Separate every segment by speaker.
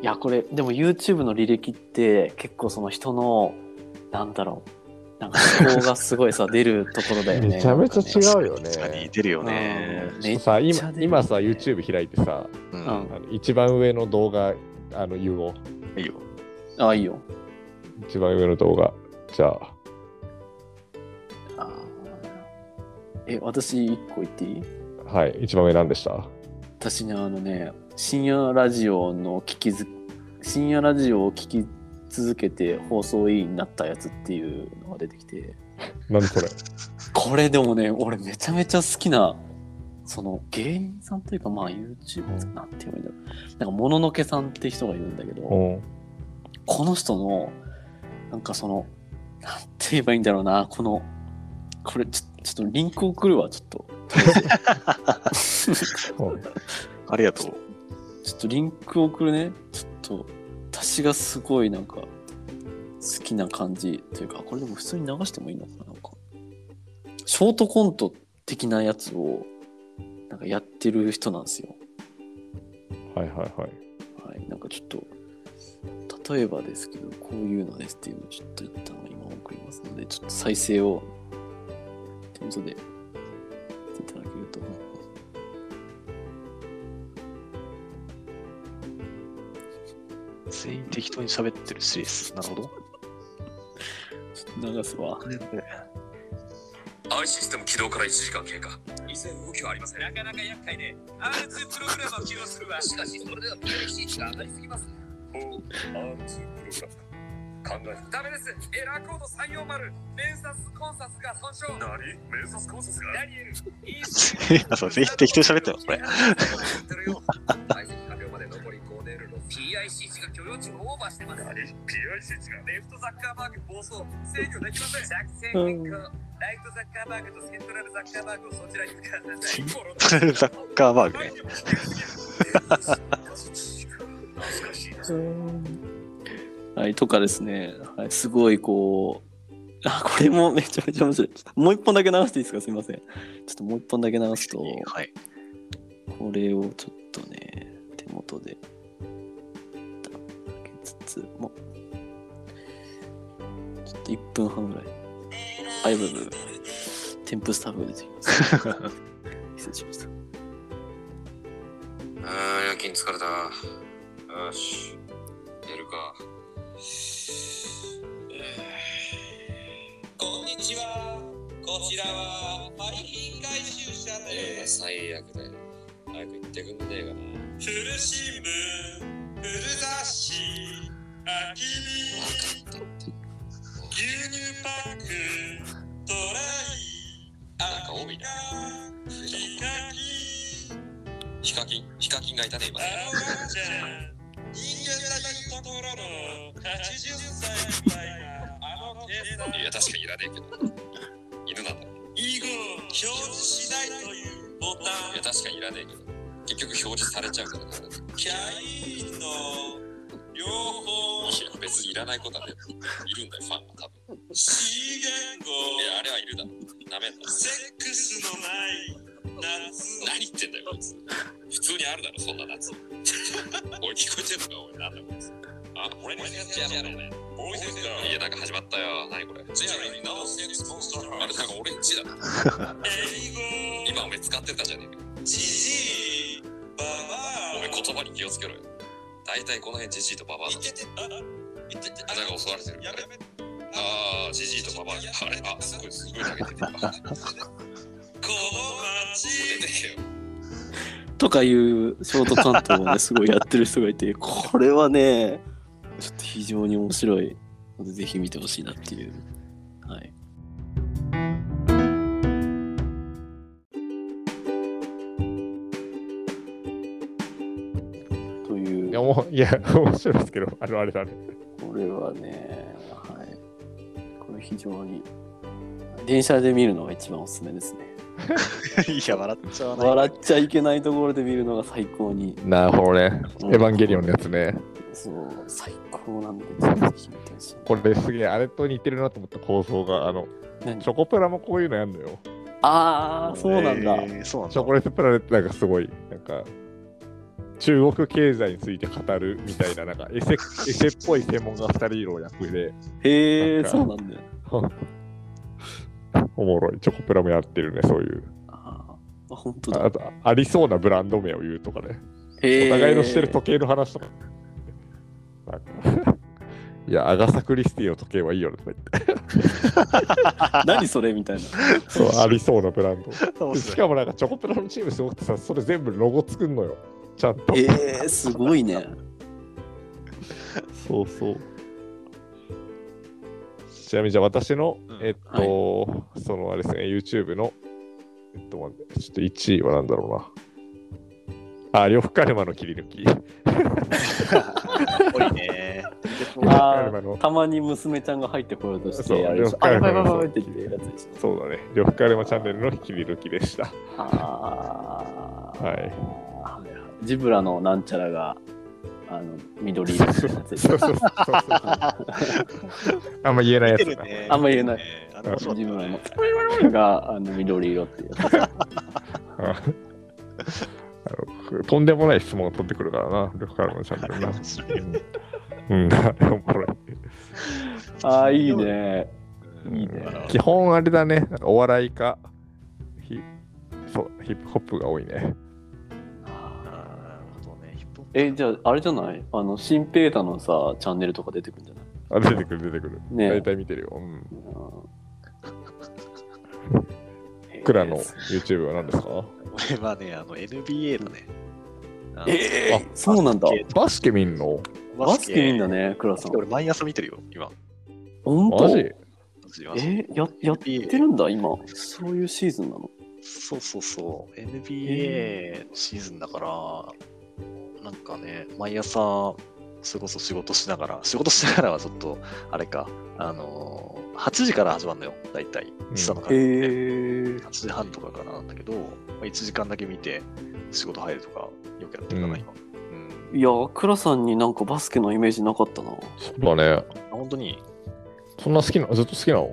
Speaker 1: いやこれでも YouTube の履歴って結構その人のなんだろうなんか思考がすごい さ出るところだよね。
Speaker 2: めちゃめちゃ
Speaker 1: なんかね
Speaker 2: 違うよね
Speaker 3: 確かに出るよね。
Speaker 1: うん
Speaker 2: ちょっとさ
Speaker 1: めっちゃ
Speaker 2: 今
Speaker 1: 出る
Speaker 2: 今さ YouTube 開いてさ
Speaker 3: う。
Speaker 1: うんん
Speaker 2: あの一番上の動画あの言おう
Speaker 3: いいよ。
Speaker 1: あいいよ。
Speaker 2: 一番上の動画じゃあ
Speaker 1: あえ私一個言っていい
Speaker 2: はい一番上何でした
Speaker 1: 私ねあのね深夜ラジオの聞きず深夜ラジオを聞き続けて放送委員になったやつっていうのが出てきて
Speaker 2: 何 それ
Speaker 1: これでもね俺めちゃめちゃ好きなその芸人さんというかまあ YouTube なんて言うんだろうなんかもののけさんって人がいるんだけど、
Speaker 2: うん
Speaker 1: この人のなんかそのなんて言えばいいんだろうなこのこれちょちょっとリンク送るわちょっと
Speaker 3: ありがとう。
Speaker 1: ちょっとリンク送るね。ちょっと、私がすごいなんか、好きな感じというか、これでも普通に流してもいいのかななんか、ショートコント的なやつを、なんかやってる人なんですよ。
Speaker 2: はいはいはい
Speaker 1: はい。なんかちょっと、例えばですけど、こういうのですっていうのをちょっと一旦今送りますので、ちょっと再生を、手元で、いただけると。
Speaker 3: 全員適当に喋ってるシリーズ。なるほど。
Speaker 1: ちょっと流すわ。
Speaker 4: i システム起動から1時間経過以前動きはありませんなかなか厄介ね R2 プログラムを起動するわしかしそれでは PLC が上がりすぎますほう R2 プログラム考えダメですエラーコード340連殺コンサスが損傷何連殺コンサスがダニエル
Speaker 3: あそうぜひ適当に喋ってよこれ
Speaker 4: 解析完了まで残り5年の PIC 値が許容値をオーバーしてます何 PIC 値がレフトザッカーバーグ暴走制御できません作戦変更ライトザッカーバーグとセントラルザッカーバーグをそちらに向かって
Speaker 3: セントラルザッカーバーグね
Speaker 1: はい、とかですね、はい、すごいこう、あ、これもめちゃめちゃ面白い。ちょっともう一本だけ流していいですかすいません。ちょっともう一本だけ流すと、こ
Speaker 3: はい。
Speaker 1: れをちょっとね、手元で、いただけつつも、ちょっと1分半ぐらい。はい、ブーブー。添付スタッフが出てきます。失礼しました。
Speaker 4: ああ、夜勤疲れた。よし、寝るか。
Speaker 5: こんにちは。こちらは廃品回収車
Speaker 4: えー、
Speaker 5: です。
Speaker 4: 最悪だよ。早く行ってくんねえかな。
Speaker 5: 古新聞、古雑誌、空き瓶、牛乳パック、トライ、
Speaker 4: なんか多いな
Speaker 5: ヒカキン、
Speaker 4: ヒカキン、ヒカキンがいたね、今。
Speaker 5: アロガちゃん、人間というところの80歳ぐらいがあの計算
Speaker 4: いや、確かにいらねえけど。犬なんだ。
Speaker 5: 以後表示しないというボタン
Speaker 4: いや、。確かにいらねえけど。結局表示されちゃうからな。い
Speaker 5: キャインの両方
Speaker 4: や、別にいらないことはね、いるんだよ、ファンが多分。
Speaker 5: 資源
Speaker 4: いや、あ
Speaker 5: 語
Speaker 4: れはいるだろ。ダメだ。
Speaker 5: セックスのない夏
Speaker 4: 何言ってんだよ、こいつ。普通にあるだろ、そん な夏。俺聞こえてんのか、おい、なんだこいつ。あ、俺にやっちゃうのね。
Speaker 5: ボーイズガ
Speaker 4: いや、なんか始まったよ。何これ。ジェリー、ノーセックスモンスター。あれ、なんか俺んちだな。
Speaker 5: 英
Speaker 4: 今、おめえ使ってたじゃねえか。
Speaker 5: 語ジジイバ
Speaker 4: おめえ
Speaker 5: バ
Speaker 4: 言葉に気をつけろよ。大体この辺、じじいとババア
Speaker 5: ア
Speaker 4: なんだ
Speaker 5: てあいてて
Speaker 4: なんか襲われてる
Speaker 5: やめて
Speaker 4: ああ、じじいとババア。あれ、あ、すごい、すごい投 げてる。
Speaker 5: この街
Speaker 4: 出てけよ。
Speaker 1: とかいうショートカントをね、すごいやってる人がいて、これはね、ちょっと非常に面白いので、ぜひ見てほしいなっていう。はい。とい
Speaker 2: いうや、もういや面白いですけどあのあれだね
Speaker 1: これはね、はい。これ非常に、電車で見るのが一番おすすめですね。
Speaker 3: いや、笑っちゃわない。
Speaker 1: 笑っちゃいけないところで見るのが最高に。
Speaker 2: なるほどねエヴァンゲリオンのやつね
Speaker 1: そう、最高なんで、ぜひ見てほしい。
Speaker 2: これすげえあれと似てるなと思った構造があの
Speaker 1: 何
Speaker 2: チョコプラもこういうのやんのよ
Speaker 1: ああ、そうなんだ。
Speaker 3: えーそうなん
Speaker 2: チ
Speaker 3: だ
Speaker 2: ョ。コレートプラネットなんかすごい、なんか、中国経済について語るみたいな、なんかエセ、エセっぽい専門家2人いる役で、
Speaker 1: へえ、
Speaker 2: なんか
Speaker 1: そうなんだ。
Speaker 2: おもろい。チョコプラもやってるね、そういう。
Speaker 1: あーあ、本当だ。
Speaker 2: あと、ありそうなブランド名を言うとかね。
Speaker 1: へ
Speaker 2: お
Speaker 1: え。
Speaker 2: 互いのしてる時計の話とか。なんか いや、アガサ・クリスティの時計はいいよねとか言って。
Speaker 1: 何それみたいな。
Speaker 2: そう、ありそうなブランド。
Speaker 3: 面
Speaker 2: し
Speaker 3: 白い
Speaker 2: かもなんか、チョコプラのチームすごくてさ、それ全部ロゴ作んのよ。ちゃんと。
Speaker 1: ええ、すごいね。
Speaker 2: そうそう。ちなみにじゃあ私の、
Speaker 3: うん
Speaker 2: えっと、そのあれですね、YouTube の、えっと、待ってちょっと1位は何だろうな。あ、呂布カルマの切り抜き。
Speaker 3: 多いね。
Speaker 1: あ
Speaker 2: 呂布カルマの
Speaker 1: ー、たまに娘ちゃんが入ってこようとして、
Speaker 2: そう
Speaker 1: あれでしょあ、
Speaker 2: 了解
Speaker 1: やばいやばいやばいって言ってやつでし
Speaker 2: そうだね、呂布カルマチャンネルの切り抜きでした。
Speaker 1: ょ。あー
Speaker 2: はい。
Speaker 1: はいはいジブラのなんちゃらが、あの、緑色のやつでし
Speaker 2: そ
Speaker 1: ょ
Speaker 2: うそうそうそう。あんま言えないや
Speaker 3: 出
Speaker 2: つ
Speaker 3: てる
Speaker 2: だ。
Speaker 3: ね。
Speaker 1: あんま言えない
Speaker 3: い。あの、そう
Speaker 1: ジ
Speaker 3: だ
Speaker 1: ブラの
Speaker 3: ね。
Speaker 1: が、あの、緑色っていうやつ。
Speaker 2: あのとんでもない質問を取ってくるからな、呂布カルマのチャンネルな。
Speaker 3: 面白いよね
Speaker 2: うん、うんあれおもろい。
Speaker 1: ああ、いいね。
Speaker 2: うん
Speaker 1: いいね
Speaker 2: 基本あれだね、なんかお笑いかヒそうヒップホップが多いね。
Speaker 3: あーなるほどね。ヒップホップ
Speaker 1: え、じゃあ、あれじゃないあの、新ペータのさ、チャンネルとか出てくるんじゃない
Speaker 2: あ出てくる出てくる。
Speaker 1: ねえ
Speaker 2: 大体見てるよ。うん、
Speaker 1: え ー
Speaker 2: クラの YouTube は何ですか
Speaker 3: 俺はね、あの NBA のね。あの
Speaker 1: えー、そうなんだ。
Speaker 2: バスケ見んの
Speaker 1: バスケいいんだ。ね、クラ
Speaker 3: バ
Speaker 1: さ
Speaker 3: ス
Speaker 1: ん
Speaker 3: ケ。俺毎朝見てるよ、今。
Speaker 1: 本
Speaker 2: マ
Speaker 1: 当
Speaker 2: ジ
Speaker 1: え
Speaker 3: 私は
Speaker 1: ーや、やってるんだ、今。そういうシーズンなの。
Speaker 3: そうそうそう。NBA のシーズンだから、なんかね、毎朝、それこそ仕事しながら、仕事しながらはちょっと、あれか、あのー、8時から始まるのよ、大体。
Speaker 2: うん
Speaker 3: 下の
Speaker 1: へ
Speaker 3: 階で、
Speaker 1: え。
Speaker 3: 8時半とかからなんだけど、まあ、1時間だけ見て、仕事入るとか、よくやってるかな、
Speaker 2: うん
Speaker 3: 今。うん。
Speaker 1: いや、クラさんになんかバスケのイメージなかったな。
Speaker 2: そうだね。
Speaker 3: あ本当に、
Speaker 2: そんな好きなずっと好きなの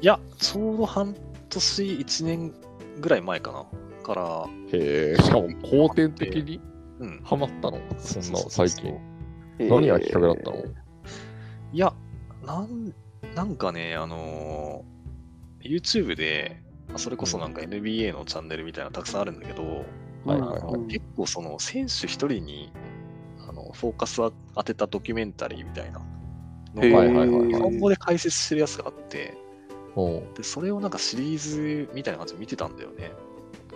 Speaker 3: いや、ちょうど半年、1年ぐらい前かな、から、
Speaker 2: へえ。しかも、後天的に
Speaker 3: うん。
Speaker 2: ハマったのそんな最近。
Speaker 1: えー
Speaker 2: 何がきっかけだったの
Speaker 3: いや、なん、なんかね、あのー YouTube で、まあそれこそなんか NBA のチャンネルみたいなのたくさんあるんだけど、
Speaker 2: はいはいはい
Speaker 1: うん
Speaker 3: 結構その選手一人にあのフォーカスを当てたドキュメンタリーみたいな
Speaker 1: へー
Speaker 3: の
Speaker 2: はいは
Speaker 3: が、
Speaker 2: いはい
Speaker 3: 日
Speaker 2: はい
Speaker 3: 本語で解説してるやつがあって、
Speaker 2: おう
Speaker 3: で、それをなんかシリーズみたいな感じで見てたんだよね。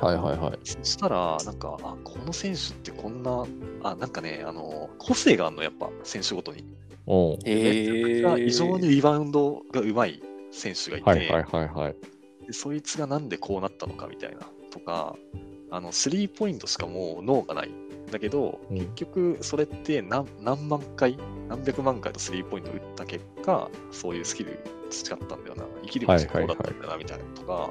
Speaker 2: はいはいはい。
Speaker 3: そしたら、なんか、あ、この選手ってこんな、あ、なんかね、あの、個性があるの、やっぱ、選手ごとに。
Speaker 2: おう
Speaker 1: え
Speaker 3: が
Speaker 1: ー、
Speaker 3: 異常にリバウンドがうまい選手がいて、
Speaker 2: はいはいはいはい。
Speaker 3: でそいつがなんでこうなったのかみたいなとかあのスリーポイントしかもう脳がないだけど
Speaker 2: うん
Speaker 3: 結局それって何何万回何百万回とスリーポイント打った結果そういうスキル培ったんだよな生きる道がこうだったんだなみたいなとか、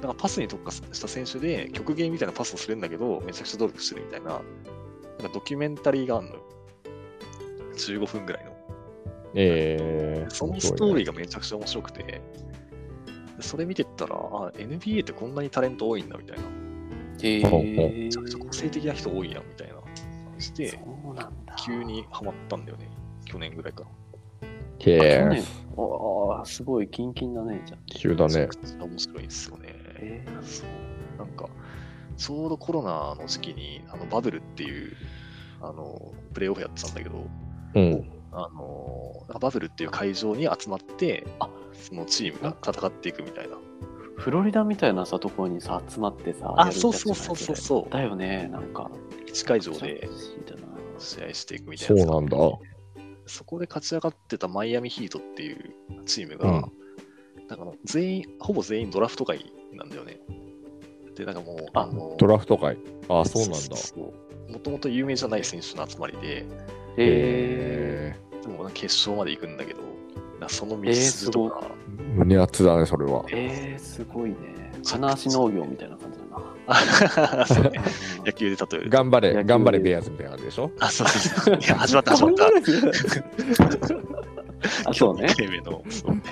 Speaker 3: なんかパスに特化した選手で極限みたいなパスをするんだけどめちゃくちゃ努力してるみたいななんかドキュメンタリーがあるのよ15分ぐらいの
Speaker 2: ええ。
Speaker 3: そのストーリー
Speaker 2: ー
Speaker 3: がめちゃくちゃ面白くて、それ見てったら、あ、NBA ってこんなにタレント多いんだみたいな、め
Speaker 1: え
Speaker 2: ほうほう
Speaker 1: ー、
Speaker 3: ちゃくちゃ個性的な人多いなみたいな感じで、
Speaker 1: そうなんだ。
Speaker 3: 急にハマったんだよね、去年ぐらいから。
Speaker 2: へ
Speaker 1: 去
Speaker 2: え
Speaker 1: 年。ああ、すごい、キンキンだね、じゃあ。
Speaker 2: 急だね
Speaker 3: めちゃ。くちゃ面白いんですよね。
Speaker 1: え
Speaker 3: そうなんか、ちょうどコロナの時期にあのバブルっていうあのプレーオフやってたんだけど、
Speaker 2: うん。
Speaker 3: あのバブルっていう会場に集まって
Speaker 1: あ、
Speaker 3: そのチームが戦っていくみたいな。
Speaker 1: ー、フロリダみたいなさ、ところにさ、集まってさ、や
Speaker 3: あ、
Speaker 1: る
Speaker 3: そう
Speaker 1: やつ
Speaker 3: そう
Speaker 1: じゃないう
Speaker 3: そそう
Speaker 1: れ
Speaker 3: そう。
Speaker 1: だよね、なんか。
Speaker 3: 1会場で
Speaker 1: 楽しいだな
Speaker 3: 試合していくみた
Speaker 2: そ
Speaker 3: いうなやつ
Speaker 2: なんだ。
Speaker 3: そこで勝ち上がってたマイアミヒートっていうチーム
Speaker 2: う
Speaker 3: が、
Speaker 2: ん
Speaker 3: なんかもう全員、ほぼ全員ドラフト外なんだよね。で、なんかもう、
Speaker 1: あ
Speaker 3: の
Speaker 2: ドラフト会。ああ、そうなんだ。
Speaker 3: そうもともと有名じゃない選手の集まりで、
Speaker 1: え
Speaker 2: え
Speaker 3: でもなんか決勝まで行くんだけど、なんかその道筋とか、
Speaker 2: ー、胸熱だね、それは
Speaker 1: ー、。えー、すごいね。金足農業みたいな感じだな。
Speaker 3: そうね
Speaker 1: うん
Speaker 3: 野球で例えると。
Speaker 2: 頑張
Speaker 1: 野球
Speaker 2: れ、
Speaker 1: で
Speaker 2: 頑張れ、ベアーズみたいな感じでしょ
Speaker 3: あ、そうそういや始まった、始まった。
Speaker 1: あ、そうね。
Speaker 3: 2回目の、そうね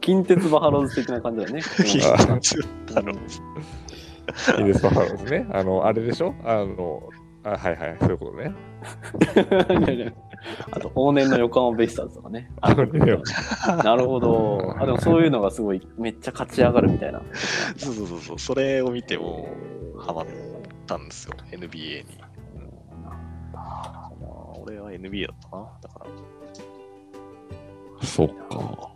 Speaker 1: 近鉄バファローズ的な感じだね。
Speaker 2: あ ー
Speaker 3: あの
Speaker 2: いい です、バファローズね。あの、あれでしょあの、あはいはい、そういうことね。
Speaker 1: いやいや あと、往年の横浜ベイスターズとかね。
Speaker 2: あのね
Speaker 1: なるほど。あでもそういうのがすごい、めっちゃ勝ち上がるみたいな。
Speaker 3: そうそうそうそう、それを見てもうハマったんですよ、NBA に。まあ、俺は NBA だったな。だから、
Speaker 2: そっか。